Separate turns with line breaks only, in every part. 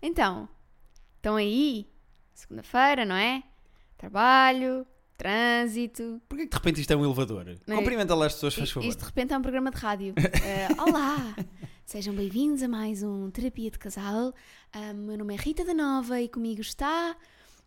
Então, estão aí, segunda-feira, não é? Trabalho, trânsito.
Porquê que de repente isto é um elevador?
Não é?
Cumprimenta lá as pessoas, faz
I-
favor.
Isto de repente é um programa de rádio. Eh, olá! Sejam bem-vindos a mais um Terapia de Casal. Ah, meu nome é Rita da Nova e comigo está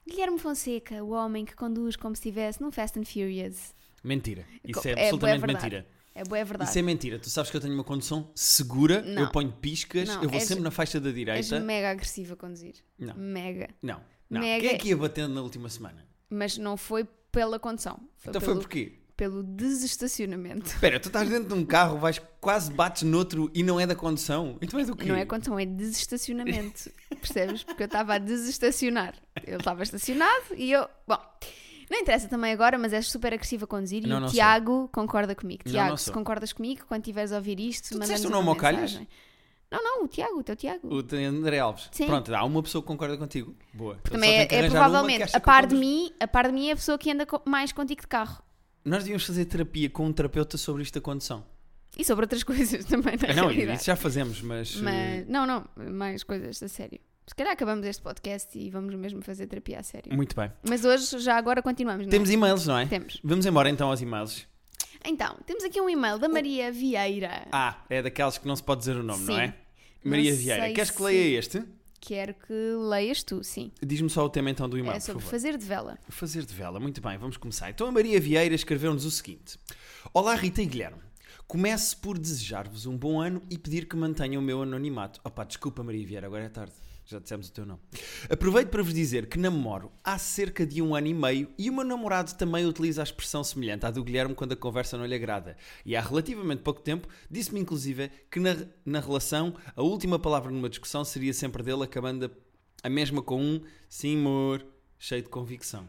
Guilherme Fonseca, o homem que conduz como se estivesse num Fast and Furious.
Mentira. Isso
Co-
é
é bué
absolutamente
verdade.
mentira.
É boa, é verdade.
Isso é mentira. Tu sabes que eu tenho uma condução segura,
Não.
eu ponho piscas,
Não,
eu vou
és-
sempre na faixa da
És
direita.
mega agressiva a conduzir.
Não.
Mega.
Não, não.
Mega-
Quem é que ia batendo na última semana?
Mas não foi pela condução. Foi
então
pelo,
foi porquê?
pelo desestacionamento.
Espera, tu estás dentro de um carro, vais quase bates noutro e não é da condução. Então é do quê?
Não é condução, é desestacionamento. percebes? Porque eu estava a desestacionar. Eu estava estacionado e eu. Bom, não interessa também agora, mas és super agressiva a conduzir
Não,
e
não
o
sou.
Tiago concorda comigo.
Não,
Tiago,
não
se
sou.
concordas comigo, quando tiveres a ouvir isto,
Tu
mandamos
disseste o nome ao Calhas?
Não, não, o Tiago, o teu Tiago.
O de André Alves.
Sim.
Pronto, há uma pessoa que concorda contigo. Boa. Então
Também
só
é,
tem que
é
arranjar uma que
provavelmente,
acha
a
que
par de
conduz.
mim, a par de mim é a pessoa que anda co- mais contigo de carro.
Nós devíamos fazer terapia com um terapeuta sobre isto da condução.
E sobre outras coisas também, na
Ah, não,
realidade.
isso já fazemos, mas. eh,
É Mas, não, não, mais coisas a sério. Se calhar acabamos este podcast e vamos mesmo fazer terapia a sério.
eh, Muito bem.
Mas hoje, já agora, continuamos, não é?
Temos e-mails, não é?
Temos.
Vamos embora então aos e-mails.
Então, temos aqui um e-mail da Maria Vieira.
Ah, é daquelas que não se pode dizer o nome, não
Sim.
é? Maria
Não
Vieira,
sei
queres que
se-
leia este?
Quero que leias tu, sim.
Diz-me só o tema então do e-mail,
é
por
sobre
favor.
fazer de vela.
Fazer de vela, muito bem, vamos começar. Então a Maria Vieira escreveu-nos o seguinte: Olá Rita e Guilherme. Começo por desejar-vos um bom ano e pedir que mantenham o meu anonimato. Opá, desculpa Maria Vieira, agora é tarde. Já dissemos o teu nome. Aproveito para vos dizer que namoro há cerca de um ano e meio e o meu namorado também utiliza a expressão semelhante à do Guilherme quando a conversa não lhe agrada. E há relativamente pouco tempo disse-me inclusive que na, na relação a última palavra numa discussão seria sempre dele, acabando a, a mesma com um sim, amor, cheio de convicção.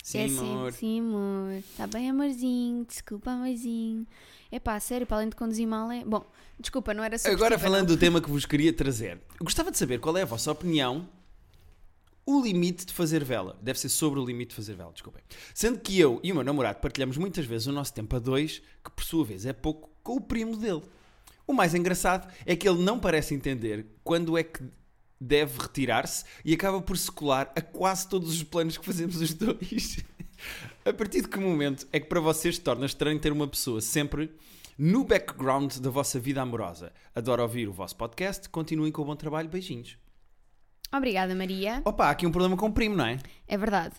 é
Sim, amor.
Sim, amor. Está bem, amorzinho. Desculpa, amorzinho. É pá, sério, para além de conduzir mal é... Bom, desculpa, não era sobre
Agora
ti,
falando do tema que vos queria trazer, eu gostava de saber qual é a vossa opinião. O limite de fazer vela. Deve ser sobre o limite de fazer vela, desculpem. Sendo que eu e o meu namorado partilhamos muitas vezes o nosso tempo a dois, que por sua vez é pouco, com o primo dele. O mais engraçado é que ele não parece entender quando é que deve retirar-se e acaba por se colar a quase todos os planos que fazemos os dois. A partir de que momento é que para vocês se torna estranho ter uma pessoa sempre no background da vossa vida amorosa? Adoro ouvir o vosso podcast, continuem com o bom trabalho, beijinhos.
não? Obrigada, Maria.
Opa, há aqui um problema com o primo, não é?
É verdade.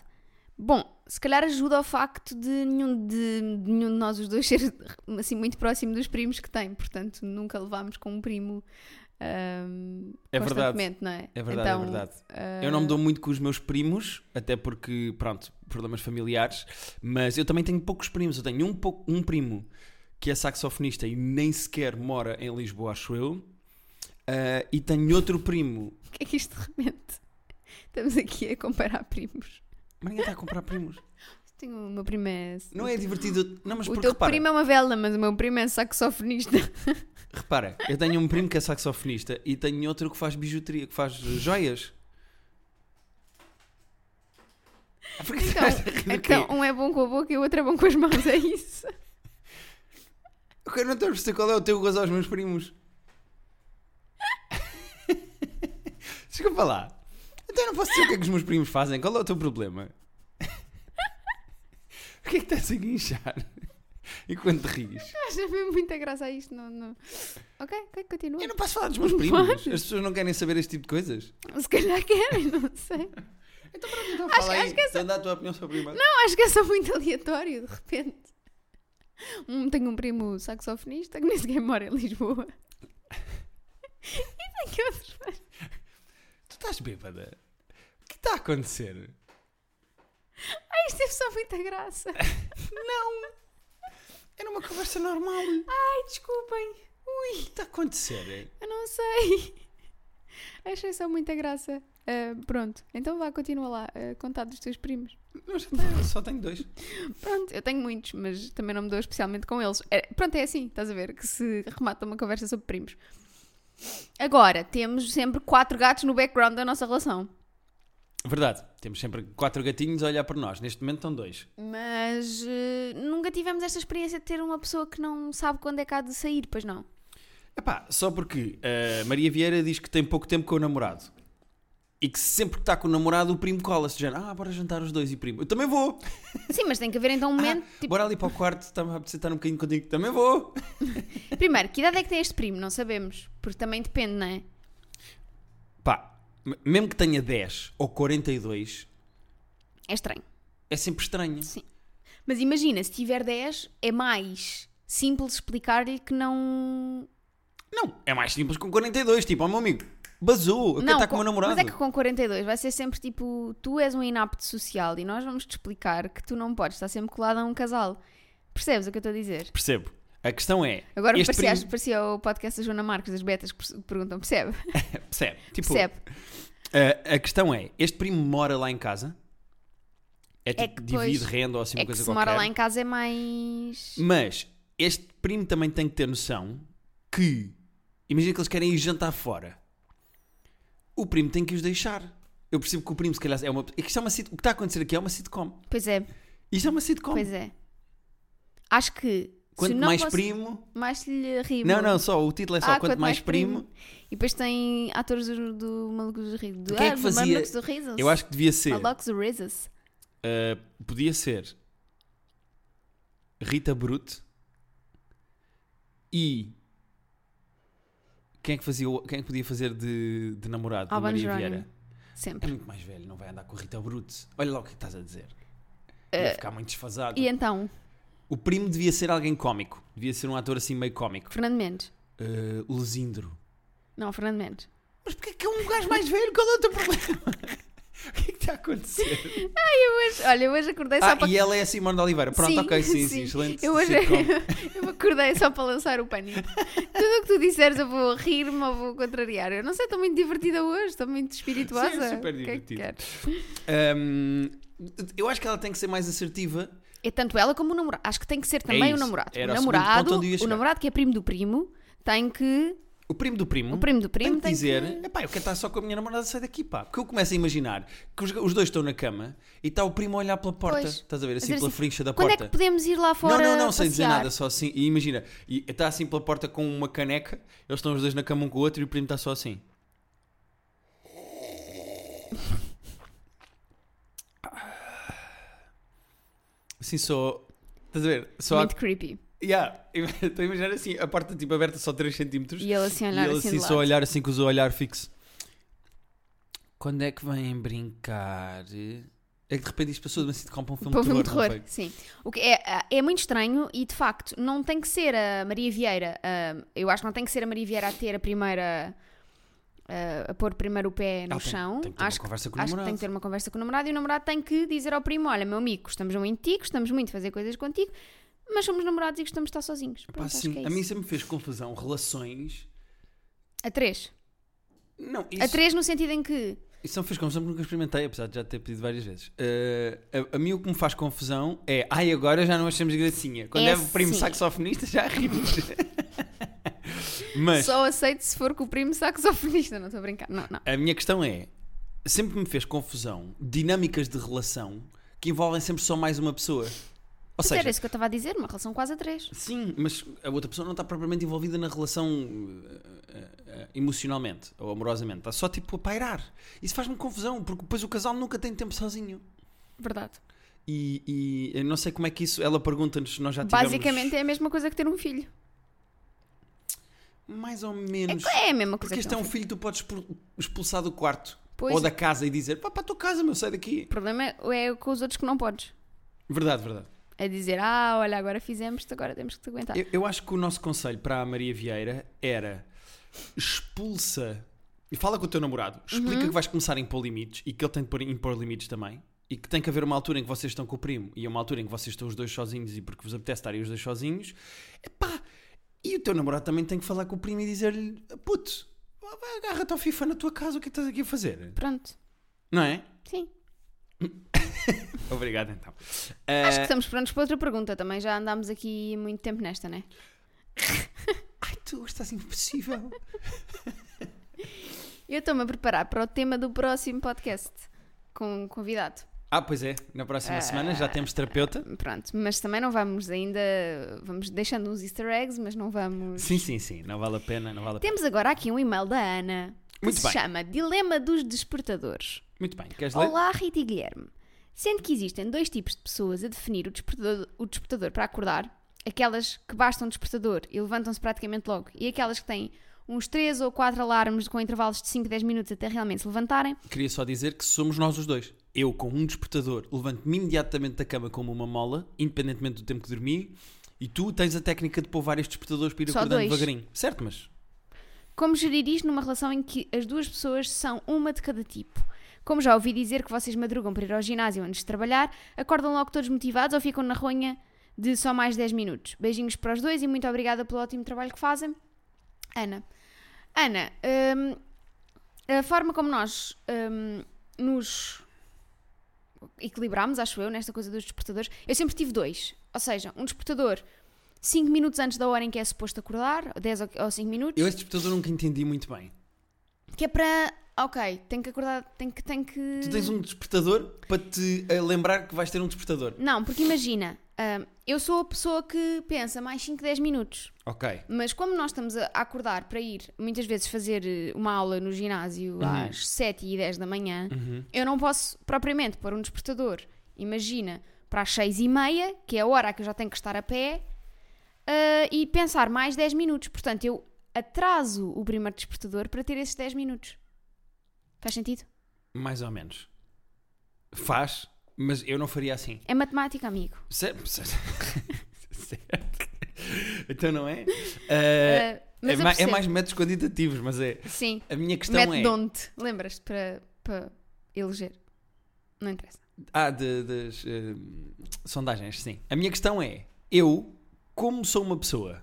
Bom, se calhar ajuda ao facto de nenhum de, de nenhum de nós os dois ser assim muito próximo dos primos que tem, portanto nunca levámos com um primo ahm,
É verdade.
constantemente, não é?
É verdade,
Então,
é verdade. Eu não me dou muito com os meus primos, até porque, pronto, problemas familiares, mas eu também tenho poucos primos. Eu tenho um, pou- um primo que é saxofonista e nem sequer mora em Lisboa, acho eu, Ah, e tenho outro primo.
O que é que isto de repente? Estamos aqui a comparar primos.
Mas ninguém está a comprar primos.
Tenho o meu primo é.
Não é divertido. Não, mas
o
porque
teu
repara,
primo é uma vela, mas o meu primo é saxofonista.
repara, eu tenho um primo que é saxofonista e tenho outro que faz bijuteria, que faz joias. Ah, porque
Então,
estás a rir do quê?
então um é bom com a boca e o outro é bom com as mãos, é isso?
Eu não estou a perceber qual é o teu gozo aos meus primos. Desculpa lá. Então eu não posso dizer o que é que os meus primos fazem. Qual é o teu problema? O que é que estás a guinchar? Enquanto te ris.
Acho mesmo muita graça a isto, não. não. Ok, ok, continua.
Eu não posso falar dos meus primos. As pessoas não querem saber este tipo de coisas.
Se calhar querem, não sei.
Então para que então
Acho-
fala aí.
acho que é
Então dá a tua opinião sobre o primo.
Não, acho que é só muito aleatório, de repente. Um, tenho um primo saxofonista que nem sequer mora em Lisboa. E tenho outros.
Tu estás bêbada. O que está a acontecer?
Ah, isto teve só muita graça.
Não. Era uma conversa normal.
Ai, desculpem.
O que está a acontecer?
Eu não sei. Achei só muita graça. Ah, pronto, então vá, continua lá. a contar dos teus primos.
Eu já tenho- só tenho dois.
Pronto, eu tenho muitos, mas também não me dou especialmente com eles. É, pronto, é assim, estás a ver, que se remata uma conversa sobre primos. Agora, temos sempre quatro gatos no background da nossa relação.
Verdade. Temos sempre quatro gatinhos a olhar para nós. Neste momento estão dois.
Mas eh, nunca tivemos esta experiência de ter uma pessoa que não sabe quando é que há de sair, pois não?
Epá, só porque eh, Maria Vieira diz que tem pouco tempo com o namorado. E que sempre que está com o namorado, o primo cola-se. de género, Ah, bora jantar os dois e primo. Eu também vou.
Sim, mas tem que haver então um
Ah,
momento. tipo,
Bora ali para o quarto, está-me a apetecer estar um bocadinho contigo. Também vou.
Primeiro, que idade é que tem este primo? Não sabemos. Porque também depende, não é?
Pá, m- mesmo que tenha 10 ou 42,
É estranho.
é sempre estranho.
Sim. Mas imagina, se tiver 10, é mais simples explicar-lhe que não.
Não, é mais simples com 42. Tipo, ó meu amigo, bazou. Eu quero
não,
estar com o meu namorado.
Mas é que com 42 vai ser sempre tipo: tu és um inapto social e nós vamos te explicar que tu não podes estar sempre colado a um casal. Percebes o que eu estou a dizer?
Percebo. A questão é.
Agora
este
parecia,
primo-
parecia o podcast da Joana Marques, das betas que perce- perguntam, percebe?
Percebe. Tipo,
percebe?
A, a questão é: este primo mora lá em casa? É tipo,
que
divide
depois-
renda ou assim uma
É que
coisa
se
qualquer. Hum?
mora lá em casa é mais.
Mas este primo também tem que ter noção que. Imagina que eles querem ir jantar fora. O primo tem que os deixar. Eu percebo que o primo, se calhar, é uma. É que isto é uma sit- o que está a acontecer aqui é uma sitcom.
Pois é,
Isto é uma sitcom.
pois é. Acho que. se
Quanto
não
mais
fosse-
primo.
Mais se lhe rimo.
Não, não, só o título é só
Ah,
quanto, mais, primo.
E depois tem atores do, do Malucos do Riso. Do,
Quem é
ah,
que fazia-
Malucos do Riso.
Eu acho que devia ser.
Malucos do Risos.
ah, podia ser. Rita Brute. E. Quem é que, fazia, o- quem é que podia fazer de, de namorado de
Alban
Maria
Jerónimo.
Vieira? É
Sempre.
muito mais velho, não vai andar com o Rita Brute. Olha lá o que estás a dizer. Eh, Ia ficar muito desfasado.
E então,
O primo devia ser alguém cómico. Devia ser um ator assim meio cómico.
Fernando Mendes.
Uh, Lusindro.
Não, Fernando Mendes.
Mas porquê que é um gajo mais velho? Qual é o teu problema? o que é que está a acontecer?
Eu hoje, olha, eu hoje acordei só
Ah,
para.
e ela é a Simone de Oliveira. Pronto,
Sim,
ok, sim, sim,
sim.
excelente.
Eu hoje
sitcom.
eu acordei só para lançar o pânico. Tudo o que tu disseres eu vou rir-me ou vou contrariar. Eu não sei, estou muito divertida hoje, estou muito espirituosa.
Sim, super
O que é que
divertido.
queres?
Hum, eu acho que ela tem que ser mais assertiva.
É tanto ela como o namorado. Acho que tem que ser também o
É isso.
namorado.
Era
o
o segundo ponto
namorado,
onde eu ia
o
chegar.
namorado que é primo do primo, tem que.
O primo do primo.
O primo do primo
tem que
tem
dizer,
que-
epá, eu quero estar só com a minha namorada, sai daqui, pá. Porque eu começo a imaginar que os, os dois estão na cama e está o primo a olhar pela porta.
Pois.
Estás a ver? Assim,
Fazer
pela
assim,
frincha da
Quando
porta.
é que podemos ir lá fora?
não, não, não, sem dizer
passear?"
nada, só assim. E imagina, e está assim pela porta com uma caneca, eles estão os dois na cama um com o outro e o primo está só assim. Assim só. Estás a ver? Só
Muito creepy.
Yeah, estou a imaginar assim, a porta tipo aberta só 3 centímetros
E ele assim a
e
olhar
ele
assim, de
assim
lado.
só olhar assim com o olhar fixo. Quando é que vêm brincar? É que de repente isto passou de uma sitcom para um filme
Para um
de
filme
terror.
de
não
terror, sim. O que é, é muito estranho e de facto não tem que ser a Maria Vieira. ah, eu acho que não tem que ser a Maria Vieira a ter a primeira. ah, a pôr primeiro o pé no
Ah, tem-
chão.
tem que ter uma
acho
conversa com o
acho que tem
namorado.
que ter uma conversa com o namorado e o namorado tem que dizer ao primo: Olha, meu amigo, gostamos muito de ti, gostamos muito de fazer coisas contigo, mas somos namorados e gostamos de estar sozinhos.
Pá,
Pronto, acho
assim,
que é
a mim
isso.
sempre me fez confusão relações.
A três.
Não,
A
isso,
três no sentido em que.
isso não me fez confusão porque nunca experimentei, apesar de já ter pedido várias vezes. Eh, a, a mim o que me faz confusão é, ai, agora já não achamos gracinha. Quando
É
é, o primo
sim.
saxofonista já rimos. Mas
Só aceito se for com o primo saxofonista, não estou a brincar. Não, não.
a minha questão é, sempre me fez confusão dinâmicas de relação que envolvem sempre só mais uma pessoa. Ou
Mas era
seja,
isso que eu estava a dizer, uma relação quase a três.
sim, mas a outra pessoa não está propriamente envolvida na relação eh, eh, emocionalmente ou amorosamente. Está só tipo a pairar. Isso faz-me confusão, porque depois o casal nunca tem tempo sozinho.
Verdade.
E, e eu não sei como é que isso. Ela pergunta-nos se nós já tivemos.
Basicamente é a mesma coisa que ter um filho.
Mais ou menos.
É a mesma coisa
porque
que
este
ter
é
um
um
filho.
filho que tu podes expul- expulsar do quarto
Pois. é.
ou da casa e dizer: vá para a tua casa, meu, sai daqui.
O problema é é com os outros que não podes.
Verdade, verdade.
É dizer, ah, olha, agora fizemos-te, agora temos que te aguentar.
Eu, eu acho que o nosso conselho para a Maria Vieira era expulsa e fala com o teu namorado, explica que vais começar a impor limites e que ele tem de pôr- impor limites também. E que tem que haver uma altura em que vocês estão com o primo e uma altura em que vocês estão os dois sozinhos e porque vos apetece estarem os dois sozinhos. Epá, e o teu namorado também tem que falar com o primo e dizer-lhe: puto, vá- vá, agarra-te ao FIFA na tua casa, o que é que estás aqui a fazer?
Pronto.
Não é?
Sim.
Obrigado então.
Acho que
Eh,
estamos prontos para outra pergunta. Também já andámos aqui muito tempo nesta, né?
Ai, tu estás impossível.
Eu estou-me a preparar para o tema do próximo podcast com um convidado.
ah, pois é, na próxima semana já temos terapeuta.
Pronto, mas também não vamos ainda. Vamos deixando uns easter eggs, mas não vamos.
Sim, sim, sim, não vale a pena, não vale a pena.
Temos agora aqui um e-mail da Ana. que
Muito
se
bem.
chama Dilema dos Despertadores.
Muito bem, queres ler?
Olá, Rita e Guilherme. Sendo que existem dois tipos de pessoas a definir o despertador, o despertador para acordar, aquelas que bastam despertador e levantam-se praticamente logo, e aquelas que têm uns 3 ou 4 alarmes com intervalos de 5, 10 minutos até realmente se levantarem,
Queria só dizer que somos nós os dois. Eu, com um despertador, levanto-me imediatamente da cama como uma mola, independentemente do tempo que dormi, e tu tens a técnica de pôr vários despertadores para ir
Só
acordando
dois.
devagarinho. Certo, mas
Como gerir isto numa relação em que as duas pessoas são uma de cada tipo? Como já ouvi dizer que vocês madrugam para ir ao ginásio antes de trabalhar, acordam logo todos motivados ou ficam na ronha de só mais 10 minutos? Beijinhos para os dois e muito obrigada pelo ótimo trabalho que fazem. Ana. Ana, hum, a forma como nós hum, nos equilibramos, acho eu, nesta coisa dos despertadores, eu sempre tive dois. Ou seja, um despertador 5 minutos antes da hora em que é suposto acordar, 10 ou- ou 5 minutos.
eu esse despertador nunca entendi muito bem.
Que é para. Ok, tenho que acordar. Tenho que. Tenho que...
Tu tens um despertador para te eh, lembrar que vais ter um despertador.
Não, porque imagina, hum, eu sou a pessoa que pensa mais 5, 10 minutos.
Ok.
Mas como nós estamos a a acordar para ir muitas vezes fazer eh, uma aula no ginásio
Uhum.
às 7 e 10 da manhã, eu não posso propriamente pôr um despertador. Imagina, para as 6 e meia, que é a hora que eu já tenho que estar a pé, ah, e pensar mais 10 minutos. Portanto, eu atraso o primeiro despertador para ter esses 10 minutos. Faz sentido?
Mais ou menos. Faz, mas eu não faria assim.
É matemática, amigo.
Certo? Certo. Certo. Então não é? Eh,
Ah, mas
é,
eu
ma- é
percebo.
mais métodos quantitativos, mas é.
Sim,
A minha questão é.
metodonte. Lembras-te para, para eleger? Não interessa.
Ah, de- das eh, sondagens, sim. A minha questão é: eu, como sou uma pessoa,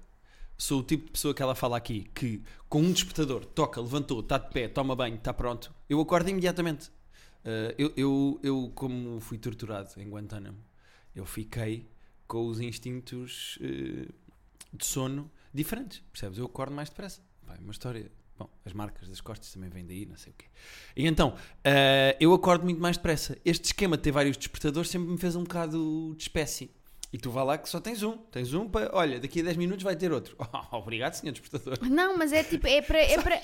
sou o tipo de pessoa que ela fala aqui, que com um despertador toca, levantou, está de pé, toma banho, está pronto, eu acordo imediatamente. Eh, eu, eu, eu, como fui torturado em Guantánamo, eu fiquei com os instintos eh, de sono diferentes, percebes? Eu acordo mais depressa. Pá, é uma história. Bom, as marcas das costas também vêm daí, não sei o quê. E então, ah, eu acordo muito mais depressa. Este esquema de ter vários despertadores sempre me fez um bocado de espécie. E tu vá lá que só tens um. Tens um para. Olha, daqui a 10 minutos vai ter outro. Oh, obrigado, senhor despertador.
Não, mas é tipo, é para. É para...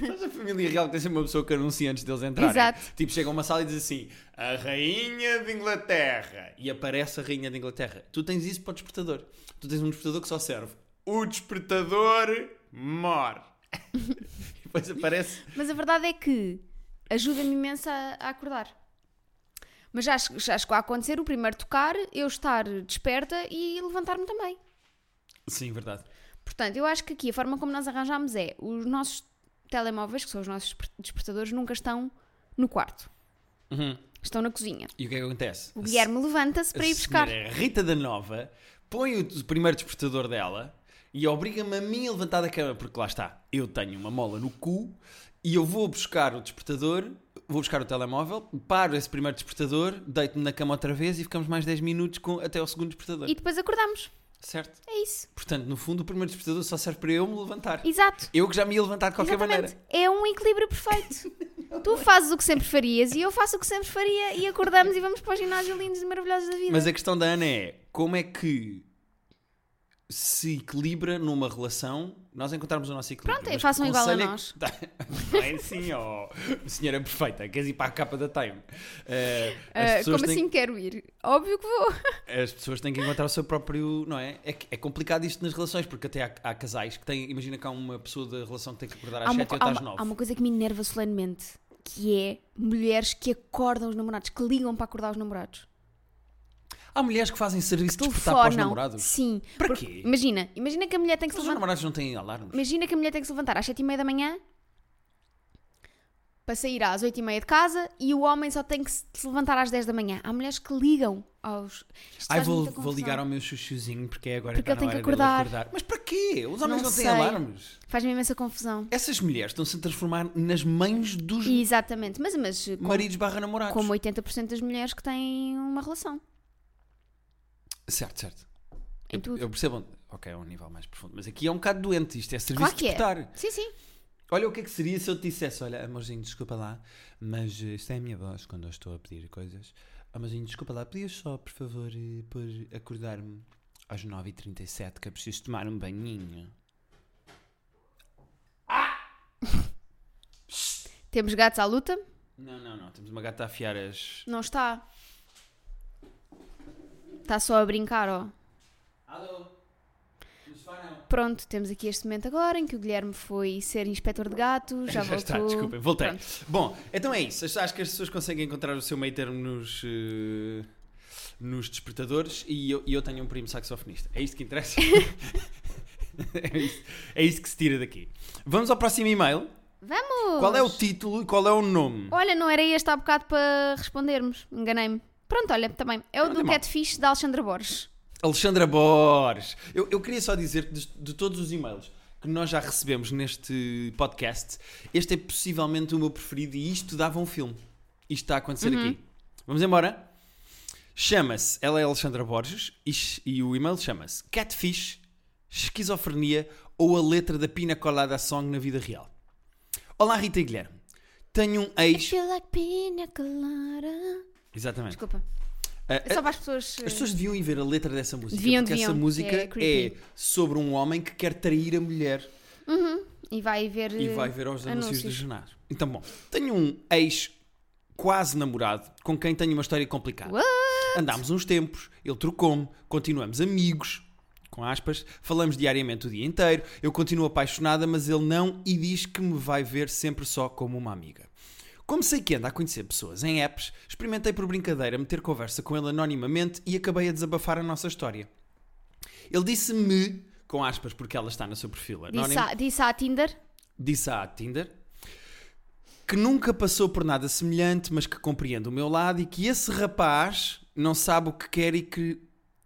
Mas a família real tem sempre uma pessoa que anuncia antes deles entrarem.
Exato.
Tipo, chega a uma sala e diz assim: A Rainha de Inglaterra. E aparece a Rainha de Inglaterra. Tu tens isso para o despertador. Tu tens um despertador que só serve. O despertador mor. e depois aparece.
Mas a verdade é que ajuda-me imenso a, a acordar. Mas já, che- já chegou a acontecer o primeiro tocar, eu estar desperta e levantar-me também.
Sim, verdade.
Portanto, eu acho que aqui a forma como nós arranjámos é os nossos telemóveis, que são os nossos desper- despertadores, nunca estão no quarto.
Uhum.
Estão na cozinha.
E o que é que acontece?
O
A
Guilherme levanta-se para
a
ir buscar.
senhora é Rita da Nova põe o primeiro despertador dela e obriga-me a mim a levantar da cama, porque lá está, eu tenho uma mola no cu e eu vou buscar o despertador, vou buscar o telemóvel, paro esse primeiro despertador, deito-me na cama outra vez e ficamos mais 10 minutos com- até ao segundo despertador.
E depois acordamos.
Certo?
É isso.
Portanto, no fundo, o primeiro despertador só serve para eu me levantar.
Exato.
Eu que já me ia levantar de qualquer maneira. é.
É um equilíbrio perfeito. tu fazes o que sempre farias e eu faço o que sempre faria e acordamos e vamos para o ginásio lindos e maravilhosos da vida.
Mas a questão da Ana é como é que se equilibra numa relação nós encontrarmos o nosso equilíbrio.
Pronto, e
Mas
façam
que
igual a
conselho é
nós.
que- Não é assim, ó. Senhora perfeita, queres ir para a capa da Time? Eh, as,
Ah,
pessoas
como
têm,
assim quero ir? Óbvio que vou.
as pessoas têm que encontrar o seu próprio. Não é? É, que- é complicado isto nas relações, porque até há, há casais que têm. Imagina que há uma pessoa da relação que tem que acordar às 7 e
co-
outra às
uma-
9.
há uma coisa que me enerva solenemente, que é mulheres que acordam os namorados, que ligam para acordar os namorados.
Há mulheres que fazem serviço de despertar para os
Telefonam.
namorados.
Sim.
Para
Porque-
quê?
Imagina, imagina que a mulher tem que se
Mas os
levantar.
namorados não têm alarmes.
Imagina que a mulher tem que se levantar às 7h30 da manhã para sair às 8h30 de casa e o homem só tem que se se levantar às 10 da manhã. Há mulheres que ligam aos. Isto
Ai,
faz
vou,
muita
vou
confusão.
ligar ao meu chuchuzinho porque é agora
Porque
está
ele tem
na
que
hora dele
acordar.
Mas para quê? Os homens
Não
não, têm
sei.
alarmes.
Faz-me imensa confusão.
Essas mulheres estão-se a transformar nas mães dos
Exatamente, mas, mas com-
maridos barra namorados.
como 80% das mulheres que têm uma relação
Certo, certo.
em
Eu,
tudo.
eu percebo. onde- Ok, é um nível mais profundo. Mas aqui é um bocado doente. Isto é serviço
Claro
de
que
deputar.
é. Sim, sim.
Olha o que é que seria se eu te dissesse: Olha, amorzinho, desculpa lá, mas eh, isto é a minha voz quando eu estou a pedir coisas. Amorzinho, desculpa lá, podias só, por favor, eh, por acordar-me às 9h37 que eu preciso tomar um banhinho. Ah!
Temos gatos à luta?
Não, não, não. Temos uma gata a afiar as.
Não está. Está só a brincar, ó.
Alô? Não se vai, não.
Pronto, temos aqui este momento agora em que o Guilherme foi ser inspetor de gatos, já, voltou.
está, desculpem, voltei.
Pronto.
Bom, então é isso. Acho que as pessoas conseguem encontrar o seu meio termo nos, eh, nos despertadores e eu, e eu tenho um primo saxofonista. É isto que interessa. é, isso, é isso que se tira daqui. Vamos ao próximo e-mail.
Vamos!
Qual é o título e qual é o nome?
Olha, não era este há bocado para respondermos. Enganei-me. Pronto, olha, também. É o
Não
do
tem mal.
Catfish da Alexandra Borges.
Alexandra Borges. Eu, eu queria só dizer que de, de todos os e-mails que nós já recebemos neste podcast, este é possivelmente o meu preferido e isto dava um filme. Isto está a acontecer aqui. Vamos embora? Chama-se, ela é Alexandra Borges e, ch- e o e-mail chama-se Catfish, Esquizofrenia ou a letra da Pina Colada Song na vida real. Olá Rita e Guilherme. Tenho um
I
ex...
feel like pina colada.
Exatamente.
Desculpa.
Ah,
É só para as pessoas. eh,
As pessoas deviam ir ver a letra dessa música.
Deviam,
porque essa
deviam.
música
É
é,
creepy.
sobre um homem que quer trair a mulher
E vai ver.
e
eh,
vai ver aos anúncios,
anúncios.
dos jornais. Então, bom, tenho um ex quase namorado com quem tenho uma história complicada.
What?
Andámos uns tempos, ele trocou-me, continuamos amigos, com aspas, falamos diariamente o dia inteiro, eu continuo apaixonada, mas ele não e diz que me vai ver sempre só como uma amiga. Como sei que anda a conhecer pessoas em apps, experimentei por brincadeira meter conversa com ele anonimamente e acabei a desabafar a nossa história. Ele disse-me, com aspas, porque ela está no seu perfil anónimo
Disse, "Ah, à, disse à Tinder.
disse à Tinder que nunca passou por nada semelhante, mas que compreende o meu lado e que esse rapaz não sabe o que quer e que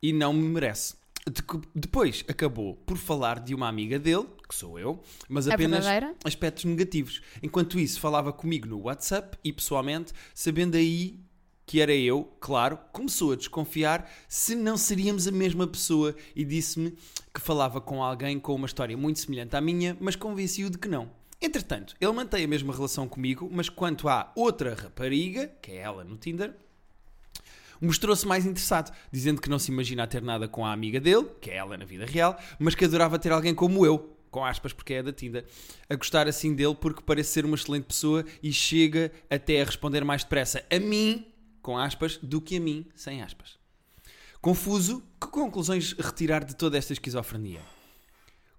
e não me merece. De- Depois acabou por falar de uma amiga dele, que sou eu, mas
A
apenas
verdadeira?
aspectos negativos. Enquanto isso, falava comigo no WhatsApp e pessoalmente, sabendo aí que era eu, claro, começou a desconfiar se não seríamos a mesma pessoa e disse-me que falava com alguém com uma história muito semelhante à minha, mas convenci-o de que não. Entretanto, ele mantém a mesma relação comigo, mas quanto à outra rapariga, que é ela no Tinder, mostrou-se mais interessado, dizendo que não se imagina a ter nada com a amiga dele, que é ela na vida real, mas que adorava ter alguém como eu, com aspas, porque é da Tinder, a gostar assim dele porque parece ser uma excelente pessoa e chega até a responder mais depressa a mim, com aspas, do que a mim, sem aspas. Confuso, que conclusões retirar de toda esta esquizofrenia?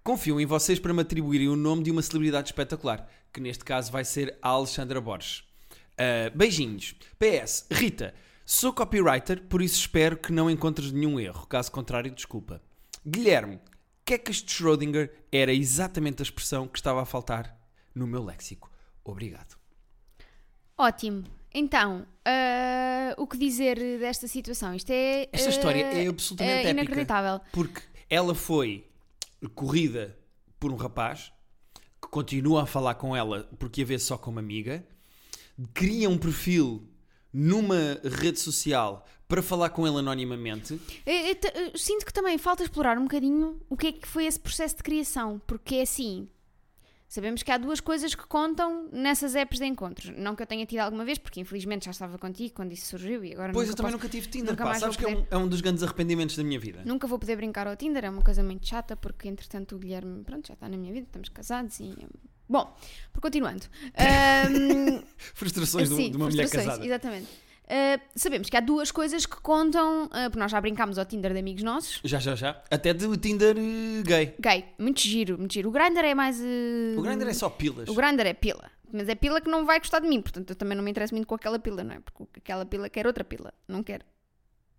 Confio em vocês para me atribuírem o nome de uma celebridade espetacular, que neste caso vai ser a Alexandra Borges. Ah, beijinhos. PS, Rita, sou copywriter, por isso espero que não encontres nenhum erro. Caso contrário, desculpa. Guilherme, quecas de Schrödinger era exatamente a expressão que estava a faltar no meu léxico. Obrigado.
Ótimo. Então, ah, o que dizer desta situação? Isto é. ah,
Esta história é absolutamente
é
épica.
inacreditável.
Porque ela foi corrida por um rapaz que continua a falar com ela porque a vê só como amiga, cria um perfil numa rede social para falar com ele anonimamente.
Eu- eu te- eu sinto que também falta explorar um bocadinho o que é que foi esse processo de criação, porque é assim. Sabemos que há duas coisas que contam nessas apps de encontros. Não que eu tenha tido alguma vez, porque infelizmente já estava contigo quando isso surgiu e agora
Pois,
nunca
eu também
posso-
nunca tive Tinder,
nunca
pá.
mais
Sabes que
vou
é um, é um dos grandes arrependimentos da minha vida.
Nunca vou poder brincar ao Tinder, é uma coisa muito chata, porque entretanto o Guilherme, pronto, já está na minha vida, estamos casados e. é Bom, por continuando. Ahm,
Frustrações de um-
Sim,
de uma mulher
frustrações,
casada.
Exatamente. Ah, sabemos que há duas coisas que contam, ah, porque nós já brincámos ao Tinder de amigos nossos.
Já, já, já. Até do Tinder eh, gay.
Gay, muito giro, muito giro. O Grindr é mais.
O Grindr é só pilas.
Hum, O Grindr é pila, mas é pila que não vai gostar de mim, portanto eu também não me interesso muito com aquela pila, não é? Porque aquela pila quer outra pila, não quero.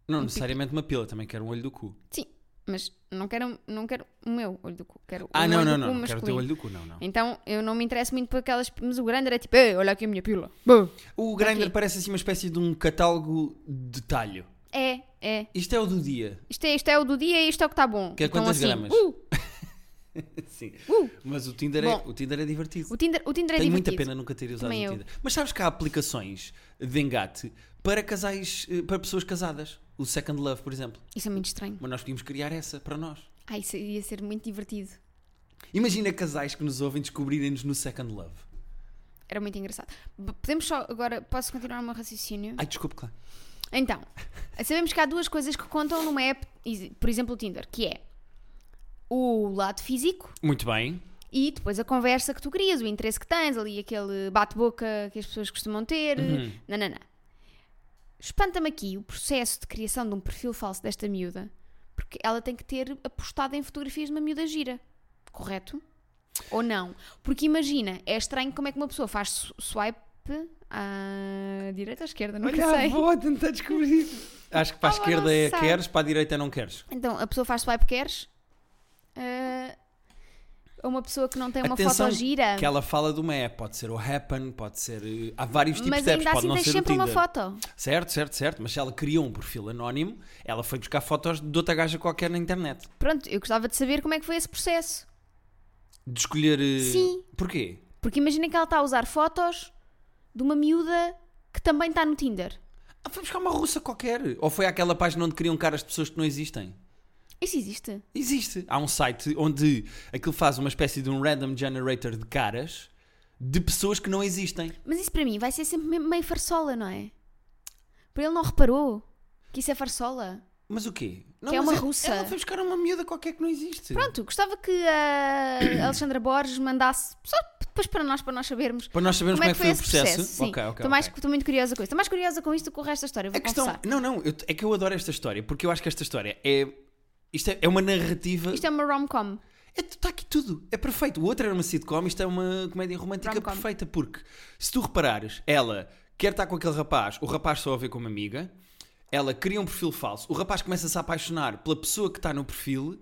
um
Não necessariamente uma pila, também quero um olho do cu.
Sim, mas não quero, não quero o meu olho do cu, quero o
Ah,
meu
não,
olho
não,
do cu um
não. Não quero o teu
masculino.
olho do cu, não, não.
Então eu não me interesso muito por aquelas. Mas o Grindr é tipo, Ei, olha aqui a minha pila. Bum.
O Grindr
Aqui.
parece assim uma espécie de um catálogo de talho.
É, é.
Isto é o do dia.
Isto é, isto é o do dia e isto é o que está bom.
Quer
então,
quantas
assim,
gramas?
uh,
Sim.
uh.
Mas o Tinder, é,
Bom.
o Tinder é divertido.
O Tinder, o Tinder é
Tenho muita
divertido.
pena nunca ter usado
Também eu.
o Tinder. Mas sabes que há aplicações de engate para casais, eh, para pessoas casadas. O Second Love, por exemplo.
Isso é muito estranho.
Mas nós podíamos criar essa para nós.
Ai, isso ia ser muito divertido.
Imagina casais que nos ouvem descobrirem-nos no Second Love.
Era muito engraçado. B- Podemos só agora, posso continuar o meu raciocínio?
Ai, desculpe, claro.
Então, sabemos que há duas coisas que contam numa app, e- por exemplo, o Tinder, que é o lado físico
Muito bem.
E depois a conversa que tu querias, o interesse que tens, ali aquele bate-boca que as pessoas costumam ter.
Uhum.
Nananã. Espanta-me aqui o processo de criação de um perfil falso desta miúda, porque ela tem que ter apostado em fotografias de uma miúda gira, correto? Ou não? Porque imagina, é estranho como é que uma pessoa faz su- swipe à direita ou à esquerda, nunca
Olha,
sei.
vou tentar descobrir. Acho que para a
Ah,
esquerda
não
é
sei.
queres, para a direita não queres.
Então, a pessoa faz swipe queres? Ah, A uma pessoa que não tem uma
Atenção,
foto gira,
Que ela fala de uma app, pode ser o Happen, pode ser. eh, Há vários tipos
mas
de apps,
ainda
pode
assim
não
tens
ser o
sempre
Tinder.
uma foto.
Certo, certo, certo. Mas se ela criou um perfil anónimo, ela foi buscar fotos de outra gaja qualquer na internet.
Pronto, eu gostava de saber como é que foi esse processo.
De escolher. eh,
Sim.
Porquê?
Porque imagina que ela está a usar fotos de uma miúda que também está no Tinder.
Ah, foi buscar uma russa qualquer. Ou foi àquela página onde criam caras de pessoas que não existem?
Isso existe.
Existe. Há um site onde aquilo faz uma espécie de um random generator de caras de pessoas que não existem.
Mas isso para mim vai ser sempre me- meio farsola, não é? Porque ele não reparou que isso é farsola.
Mas o quê?
Que é
mas
uma
ela-
russa.
Ela foi buscar uma miúda qualquer que não existe.
Pronto, gostava que a Alexandra Borges mandasse só depois para nós, para nós sabermos
Para nós sabermos
como é que foi
o
esse
processo.
processo. Sim.
Ok, ok.
estou, mais,
ok.
estou muito curiosa com isso. Estou mais curiosa com isto do que com o resto da história. Vou
A questão.
confessar.
Não, não. eu- é que eu adoro esta história, porque eu acho que esta história é. Isto é, é uma narrativa.
Isto é uma rom-com.
Está aqui tudo. É perfeito. O outro era uma sitcom, isto é uma comédia romântica
Rom-com.
perfeita, porque se tu reparares, ela quer estar com aquele rapaz, o rapaz só a vê como amiga, ela cria um perfil falso, o rapaz começa-se a apaixonar pela pessoa que está no perfil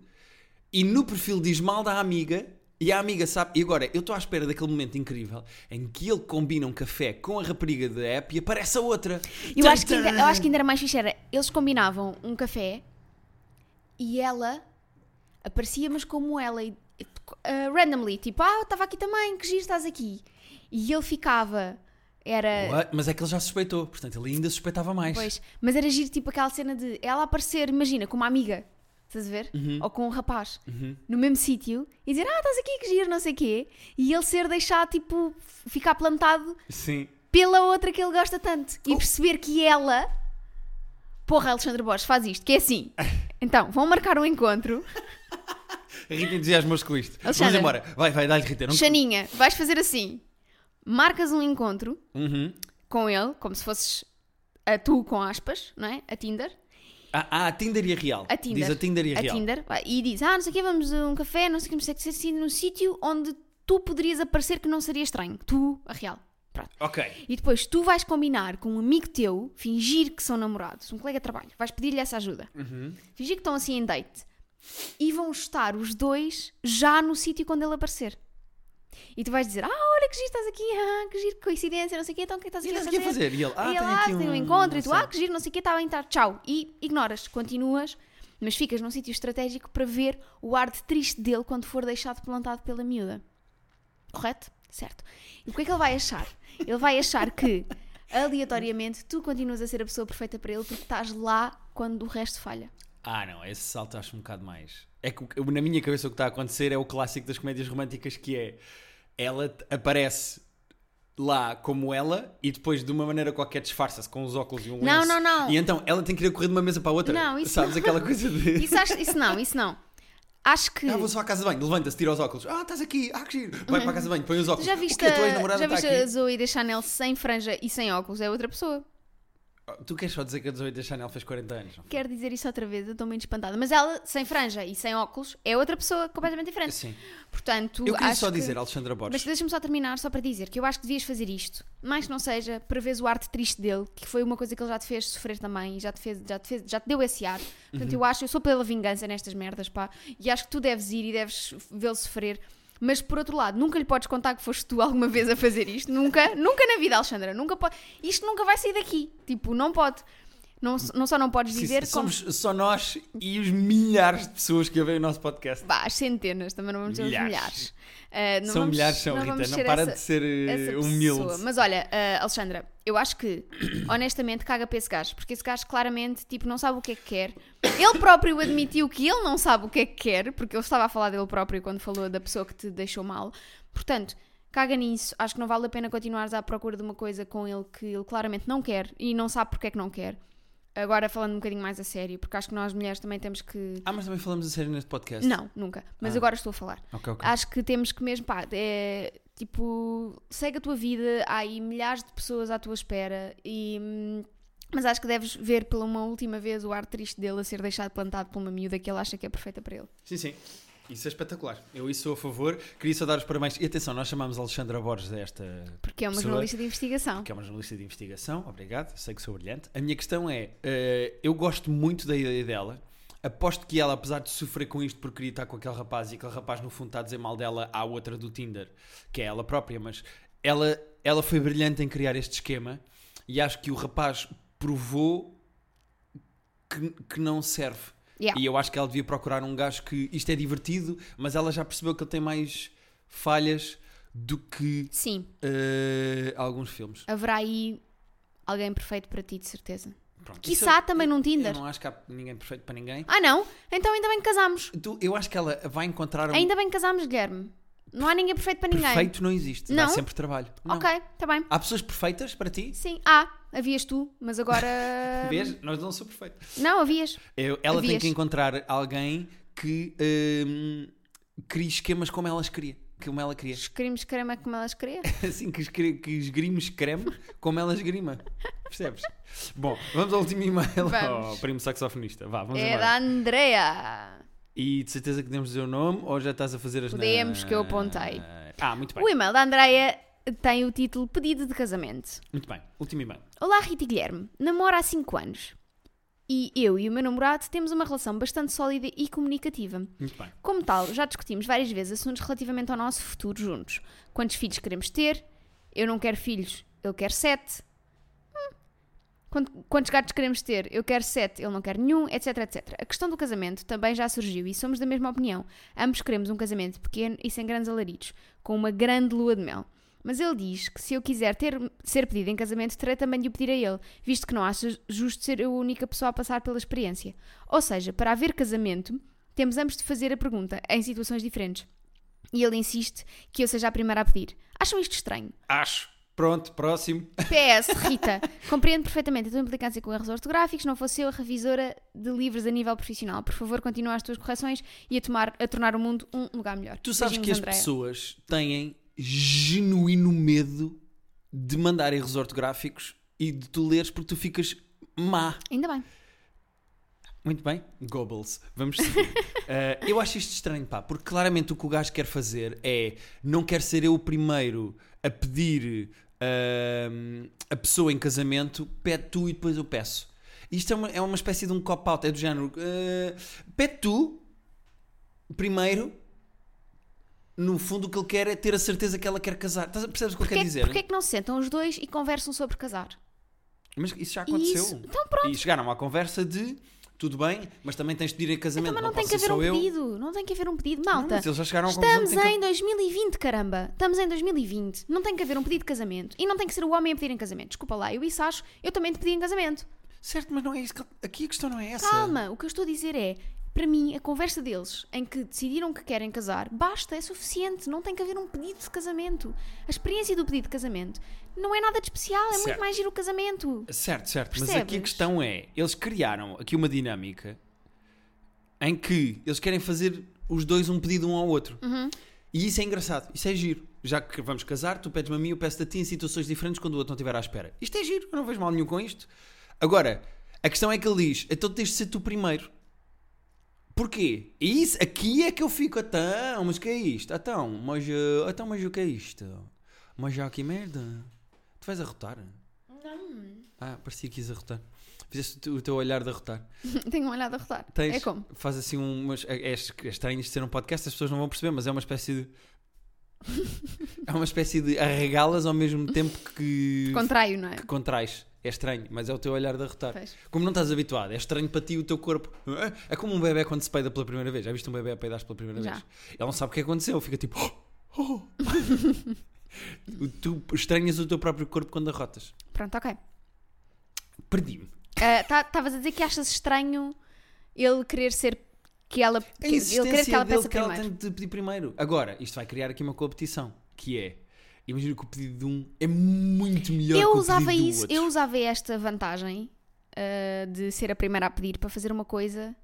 e no perfil diz mal da amiga. E a amiga sabe. E agora, eu estou à espera daquele momento incrível em que ele combina um café com a rapariga da app e aparece a outra.
Eu acho, que ainda, eu acho que ainda era mais fixe. Era, eles combinavam um café e ela aparecia, mas como ela, e- e- eh, randomly, tipo, ah, eu estava aqui também, que giro estás aqui. E ele ficava, era.
What? Mas é que ele já suspeitou, portanto ele ainda suspeitava mais.
Pois, mas era giro, tipo, aquela cena de ela aparecer, imagina, com uma amiga, estás a ver? Ou com um rapaz, no mesmo sítio, e dizer, ah, estás aqui, que giro, não sei o quê. E ele ser deixado, tipo, f- ficar plantado
Sim.
pela outra que ele gosta tanto e perceber que ela. Porra, Alexandre Borges faz isto, que é assim. Então, vão marcar um encontro.
A Rita entusiasmou-se com isto. Vamos
Alexandra.
embora. Vai, vai, dá-lhe Rita. Não...
Xaninha, vais fazer assim. Marcas um encontro
Uhum.
com ele, como se fosses a tu com aspas, não é? A Tinder.
Ah, ah, a Tinder e a Real.
A Tinder.
Diz a Tinder e a,
a
Real.
Tinder. Vai, E diz, ah, não sei o quê, vamos a um café, não sei o quê, não sei o quê, assim, num sítio onde tu poderias aparecer que não seria estranho. Tu, a real. Pronto.
Ok.
E depois tu vais combinar com um amigo teu, fingir que são namorados, um colega de trabalho, vais pedir-lhe essa ajuda. Fingir que estão assim em date. E vão estar os dois já no sítio quando ele aparecer. E tu vais dizer, ah, olha que giro estás aqui, ah, que giro, que coincidência, não sei o quê, então o que é que estás
E
aqui a
estás aqui a fazer? E ele, ah,
e ele,
tenho
ah,
aqui
tem um
um-
encontro, e
não
tu,
sei.
ah, que giro, não sei o quê, está bem, tá, tchau. E ignoras, continuas, mas ficas num sítio estratégico para ver o ar de triste dele quando for deixado plantado pela miúda. Correto? Certo. E o que é que ele vai achar? Ele vai achar que, aleatoriamente, tu continuas a ser a pessoa perfeita para ele porque estás lá quando o resto falha.
Ah, não, esse salto acho um bocado mais. É que o- na minha cabeça o que está a acontecer é o clássico das comédias românticas que é ela t- aparece lá como ela e depois de uma maneira qualquer disfarça-se com os óculos e um
Não,
lenço.
não, não.
E então ela tem que ir a correr de uma mesa para a outra.
Não, isso
Sabes aquela coisa de.
Isso, acho- isso não, isso não. Acho que.
Ah, vou só à casa de banho, levanta-se, tira os óculos. Ah, estás aqui, ah, que giro. Vai para a casa de banho, põe os
Tu
óculos.
Uhum. já viste,
o quê? A tua
a,
ex-namorada
já
está
viste
aqui.
a Zoe da Chanel sem franja e sem óculos? É outra pessoa.
Tu queres só dizer que a 18 da Chanel fez 40 anos? não?
Quero dizer isso outra vez, eu estou muito espantada. Mas ela, sem franja e sem óculos, é outra pessoa completamente diferente.
Sim.
Portanto,
Eu queria
acho
só
que-
dizer, Alexandra
Mas
Borges.
deixa-me só terminar, só para dizer que eu acho que devias fazer isto, mais que não seja para veres o arte triste dele, que foi uma coisa que ele já te fez sofrer também e já te, fez, já te, fez, já te deu esse ar. Portanto,
Uhum.
eu acho, eu sou pela vingança nestas merdas, pá, e acho que tu deves ir e deves vê-lo sofrer. Mas por outro lado, nunca lhe podes contar que foste tu alguma vez a fazer isto, nunca, nunca na vida, Alexandra, nunca pode. Isto nunca vai sair daqui, tipo, não pode. Não, não só não podes
Sim,
dizer
sim,
como.
somos só nós e os milhares de pessoas que ouvem o nosso podcast.
Vá, as centenas, também não vamos dizer os
Milhares.
milhares. Ah, não
são
vamos-
milhares, são,
vamos
Rita. Não
ser
para
essa-
de ser eh,
essa
humilde.
pessoa. Mas olha, ah, Alexandra, eu acho que, honestamente, caga para esse gajo, porque esse gajo claramente tipo, não sabe o que é que quer. Ele próprio admitiu que ele não sabe o que é que quer, porque ele estava a falar dele próprio quando falou da pessoa que te deixou mal. Portanto, caga nisso. Acho que não vale a pena continuares à procura de uma coisa com ele que ele claramente não quer e não sabe porque é que não quer. Agora falando um bocadinho mais a sério, porque acho que nós mulheres também temos que.
Ah, mas também falamos a sério neste podcast.
Não, nunca. Mas
Ah.
agora estou a falar.
Ok, ok.
Acho que temos que mesmo, pá, é, tipo, segue a tua vida, há aí milhares de pessoas à tua espera e. hum, Mas acho que deves ver pela uma última vez o ar triste dele a ser deixado plantado por uma miúda que ele acha que é perfeita para ele.
Sim, sim. Isso é espetacular. Eu isso sou a favor. Queria só dar os parabéns. E atenção, nós chamámos Alexandra Borges a esta.
Porque é uma
Pessoa-
jornalista de investigação.
Que é uma jornalista de investigação, obrigado, sei que sou brilhante. A minha questão é: eh, eu gosto muito da ideia dela. Aposto que ela, apesar de sofrer com isto por querer estar com aquele rapaz e aquele rapaz, no fundo, está a dizer mal dela à outra do Tinder, que é ela própria, mas ela, ela foi brilhante em criar este esquema e acho que o rapaz provou que, que não serve.
Yeah.
E eu acho que ela devia procurar um gajo que isto é divertido, mas ela já percebeu que ele tem mais falhas do que
Sim,
eh, alguns filmes.
haverá aí alguém perfeito para ti, de certeza.
Pronto,
Quiçá
isso eu-
também num
Eu
Tinder.
não acho que há ninguém perfeito para ninguém.
Ah, não? Então ainda bem que casámos.
Tu- eu acho que ela vai encontrar um
Ainda bem que casámos, Guilherme. Não há ninguém perfeito para ninguém.
perfeito, não existe. Dá
Não?
sempre trabalho. Não.
Ok, está bem.
Há pessoas perfeitas para ti?
Sim, ah, havias tu, mas agora.
Vês? Nós não somos perfeitos.
Não, havias.
Eu- ela tem
Havias.
que encontrar alguém que hum, crie esquemas como elas queria. Como ela queria.
Queríamos crema como elas queriam.
Assim que, escre- que esgrime escreme como ela esgrima. Percebes? Bom, vamos ao último e-mail
Vamos.
ao primo saxofonista. Vá, vamos
É
embora.
da Andrea.
E de certeza que podemos dizer o nome ou já estás a fazer as
Podemos, que eu apontei.
Ah, muito bem.
O e-mail da Andrea tem o título Pedido de Casamento.
Muito bem. Último e-mail.
Olá, Rita e Guilherme. Namoro há 5 anos. E eu e o meu namorado temos uma relação bastante sólida e comunicativa.
Muito bem.
Como tal, já discutimos várias vezes assuntos relativamente ao nosso futuro juntos. Quantos filhos queremos ter? Eu não quero filhos, ele quer sete. Hum. Quant- Quantos gatos queremos ter? Eu quero sete, ele não quer nenhum, etc, etc. A questão do casamento também já surgiu e somos da mesma opinião. Ambos queremos um casamento pequeno e sem grandes alaridos, com uma grande lua de mel. Mas ele diz que se eu quiser ter, ser pedido em casamento, terei também de o pedir a ele, visto que não acha justo ser eu a única pessoa a passar pela experiência. Ou seja, para haver casamento, temos ambos de fazer a pergunta, em situações diferentes. E ele insiste que eu seja a primeira a pedir. Acham isto estranho?
Acho. Pronto, próximo.
PS, Rita, compreendo perfeitamente a tua implicância com erros ortográficos, não fosse eu a revisora de livros a nível profissional. Por favor, continua as tuas correções e a, tomar- a tornar o mundo um lugar melhor.
Tu sabes que
Beijinhos,
as
Andréa.
pessoas têm genuíno medo de mandar erros ortográficos e de tu leres porque tu ficas má.
Ainda bem.
Muito bem. Goebbels. Vamos seguir. Eh, eu acho isto estranho, pá, porque claramente o que o gajo quer fazer é não quer ser eu o primeiro a pedir ahm, a pessoa em casamento, pede tu e depois eu peço. Isto é uma, é uma espécie de um cop-out, é do género. eh, pede tu primeiro. No fundo, o que ele quer é ter a certeza que ela quer casar. Estás a- Percebes o que eu
Porquê,
quero dizer?
porquê é que não se sentam os dois e conversam sobre casar?
Mas isso já
E
aconteceu.
isso- Então pronto,
E chegaram à conversa de tudo bem, mas também tens de pedir em casamento.
então, mas não,
posso
tem que
ser
haver
só
um
eu.
pedido. Não tem que haver um pedido,
Não,
malta.
mas eles já chegaram à conclusão
Estamos
de que-
em 2020, caramba! Estamos em 2020. Não tem que haver um pedido de casamento. E não tem que ser o homem a pedir em casamento. Desculpa lá, eu isso acho. Eu também te pedi em casamento.
Certo, mas não é isso. que- Aqui a questão não é essa.
Calma, o que eu estou a dizer é. Para mim, a conversa deles, em que decidiram que querem casar, basta, é suficiente. Não tem que haver um pedido de casamento. A experiência do pedido de casamento não é nada de especial. É
Certo.
muito mais giro o casamento.
Certo, certo. Mas
Percebes?
aqui a questão é: eles criaram aqui uma dinâmica em que eles querem fazer os dois um pedido um ao outro. E isso é engraçado, isso é giro. Já que vamos casar, tu pedes-me a mim, eu peço-te a ti em situações diferentes quando o outro não estiver à espera. Isto é giro, eu não vejo mal nenhum com isto. Agora, a questão é que ele diz: então tens de ser tu primeiro. Porquê? E isso, aqui é que eu fico, então, mas que é isto? Então, mas, eh, então, mas o que é isto? Mas já que merda? Tu vais arrotar?
Não.
Ah, parecia que ias arrotar. Fizeste o teu- o teu olhar de arrotar.
Tenho olhado a rotar.
Tens,
É como?
Faz assim umas. É, é estranho isto ser um podcast, as pessoas não vão perceber, mas é uma espécie de. é uma espécie de arregalas ao mesmo tempo que.
Contraio, não é?
que contrais. É estranho, mas é o teu olhar de arrotar.
Pois.
Como não estás habituado, é estranho para ti o teu corpo. É como um bebê quando se peida pela primeira vez. Já viste um bebê a peidar pela primeira
Já.
vez? Ele não sabe o que aconteceu, fica tipo. "Oh, oh." O- tu estranhas o teu próprio corpo quando arrotas.
Pronto, ok. Eh, tá,
Perdi-me.
Estavas a dizer que achas estranho ele querer ser que ela
A
que- ele querer que
insistência
ela
dele
peça
que ela
primeiro.
tem de pedir primeiro. Agora, isto vai criar aqui uma competição, que é, imagino que o pedido de um é muito melhor
Eu
que o
usava
pedido do
isso,
outro.
eu usava esta vantagem ah, de ser a primeira a pedir para fazer uma coisa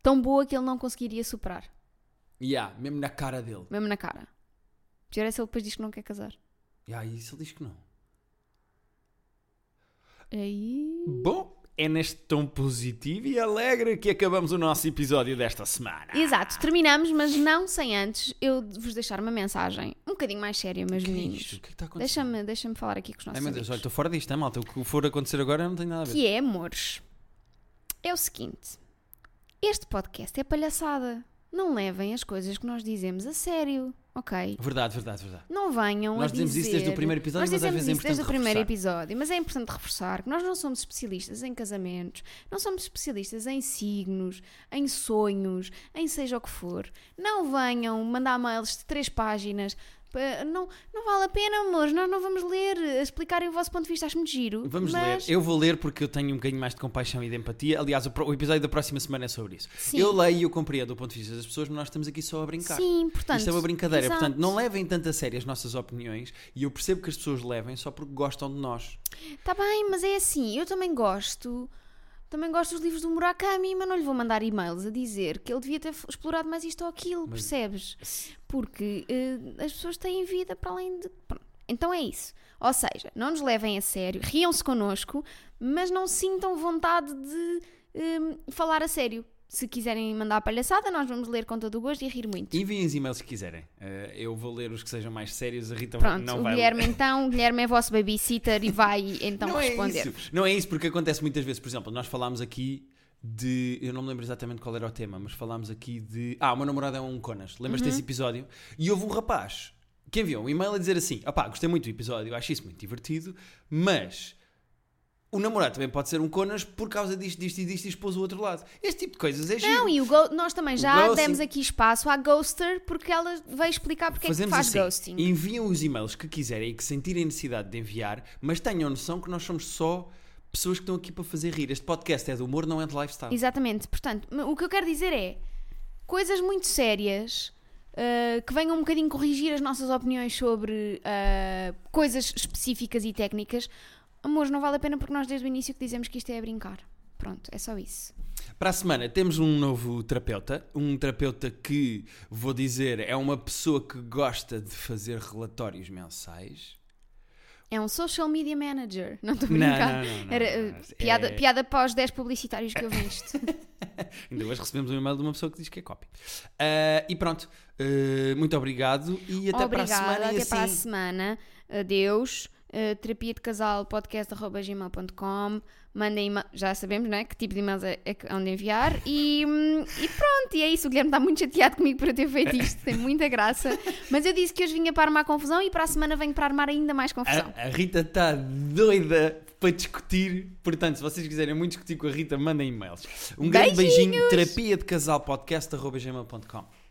tão boa que ele não conseguiria superar,
Yeah, mesmo na cara dele.
mesmo na cara. Pior é se ele depois diz que não quer casar.
Yeah, isso ele diz que não.
Aí.
Bom, é neste tom positivo e alegre que acabamos o nosso episódio desta semana.
Exato, terminamos, mas não sem antes eu vos deixar uma mensagem um bocadinho mais séria, meus
O que é
meninos.
isto? O que é que está acontecendo?
Deixa-me deixa falar aqui com os nossos
Ai meu
amigos.
Deus, olha, estou fora disto, é malta. O que for acontecer agora eu não tenho nada a ver.
que é, amores, é o seguinte: este podcast é palhaçada. Não levem as coisas que nós dizemos a sério, ok?
Verdade, verdade, verdade.
Não venham
Nós
a
dizemos
dizer...
isso desde o primeiro episódio,
nós
mas às
dizemos
vezes é
isso desde o
importante
primeiro
reforçar.
episódio, mas é importante reforçar que nós não somos especialistas em casamentos, não somos especialistas em signos, em sonhos, em seja o que for. Não venham mandar mails de três páginas. pa- Não, não vale a pena, amores, nós não vamos ler, explicarem o vosso ponto de vista, acho muito giro.
Vamos
mas...
ler. Eu vou ler porque eu tenho um bocadinho mais de compaixão e de empatia. Aliás, o, pro- o episódio da próxima semana é sobre isso.
Sim.
Eu leio e eu compreendo o ponto de vista das pessoas, mas nós estamos aqui só a brincar.
Sim, portanto.
Isto é uma brincadeira,
exato.
portanto, não levem tanto a sério as nossas opiniões e eu percebo que as pessoas levem só porque gostam de nós.
Tá bem, mas é assim, eu também gosto. Também gosto dos livros do Murakami, mas não lhe vou mandar e-mails a dizer que ele devia ter f- explorado mais isto ou aquilo, percebes? Porque eh, as pessoas têm vida para além de. pronto. Então é isso. Ou seja, não nos levem a sério, riam-se connosco, mas não sintam vontade de hum, falar a sério. Se quiserem mandar a palhaçada, nós vamos ler com todo o gosto e rir muito.
Enviem os e-mails que quiserem. Eh, eu vou ler os que sejam mais sérios. A Rita
Pronto,
não
o
vai ler.
Guilherme então, o Guilherme é vosso babysitter e vai então
não
responder.
É isso. Não é isso, porque acontece muitas vezes. Por exemplo, nós falámos aqui de. Eu não me lembro exatamente qual era o tema, mas falámos aqui de. Ah, o meu namorado é um Conas. Lembras-te
Uhum.
desse episódio? E houve um rapaz que enviou um e-mail a dizer assim: opá, gostei muito do episódio, acho isso muito divertido, mas. O namorado também pode ser um conas por causa disto, disto e disto e expôs o outro lado. Este tipo de coisas é giro.
Não, e o go- nós também já
ghosting.
demos aqui espaço à ghoster porque ela vai explicar porque é que faz ghosting.
assim, Enviam os e-mails que quiserem e que sentirem necessidade de enviar, mas tenham noção que nós somos só pessoas que estão aqui para fazer rir. Este podcast é de humor, não é de lifestyle.
Exatamente. Portanto, m- o que eu quero dizer é coisas muito sérias uh, que venham um bocadinho corrigir as nossas opiniões sobre uh, coisas específicas e técnicas. Amores, não vale a pena porque nós desde o início que dizemos que isto é a brincar. Pronto, é só isso.
Para a semana temos um novo terapeuta, um terapeuta que, vou dizer, é uma pessoa que gosta de fazer relatórios mensais.
É um social media manager, não estou a
Não,
brincar.
não, não, não,
Era,
não,
uh,
não.
piada,
É-
piada para os 10 publicitários que eu vi isto.
Ainda hoje recebemos um e-mail de uma pessoa que diz que é copy. Ah, e pronto, Ah, muito obrigado e até para a
Obrigada,
semana.
até
e
para a
assim,
semana. Adeus. Uh, terapia de casal podcast.gmail.com mandem e-mail- já sabemos né, que tipo de e-mails é, é que onde enviar e, hum, e pronto, e é isso o Guilherme está muito chateado comigo por eu ter feito isto tem muita graça, mas eu disse que hoje vinha para armar confusão e para a semana venho para armar ainda mais confusão
A, a Rita está doida para discutir. Portanto, se vocês quiserem muito discutir com a Rita, mandem e-mails. Um grande beijinho. Terapia de casal podcast.gmail.com.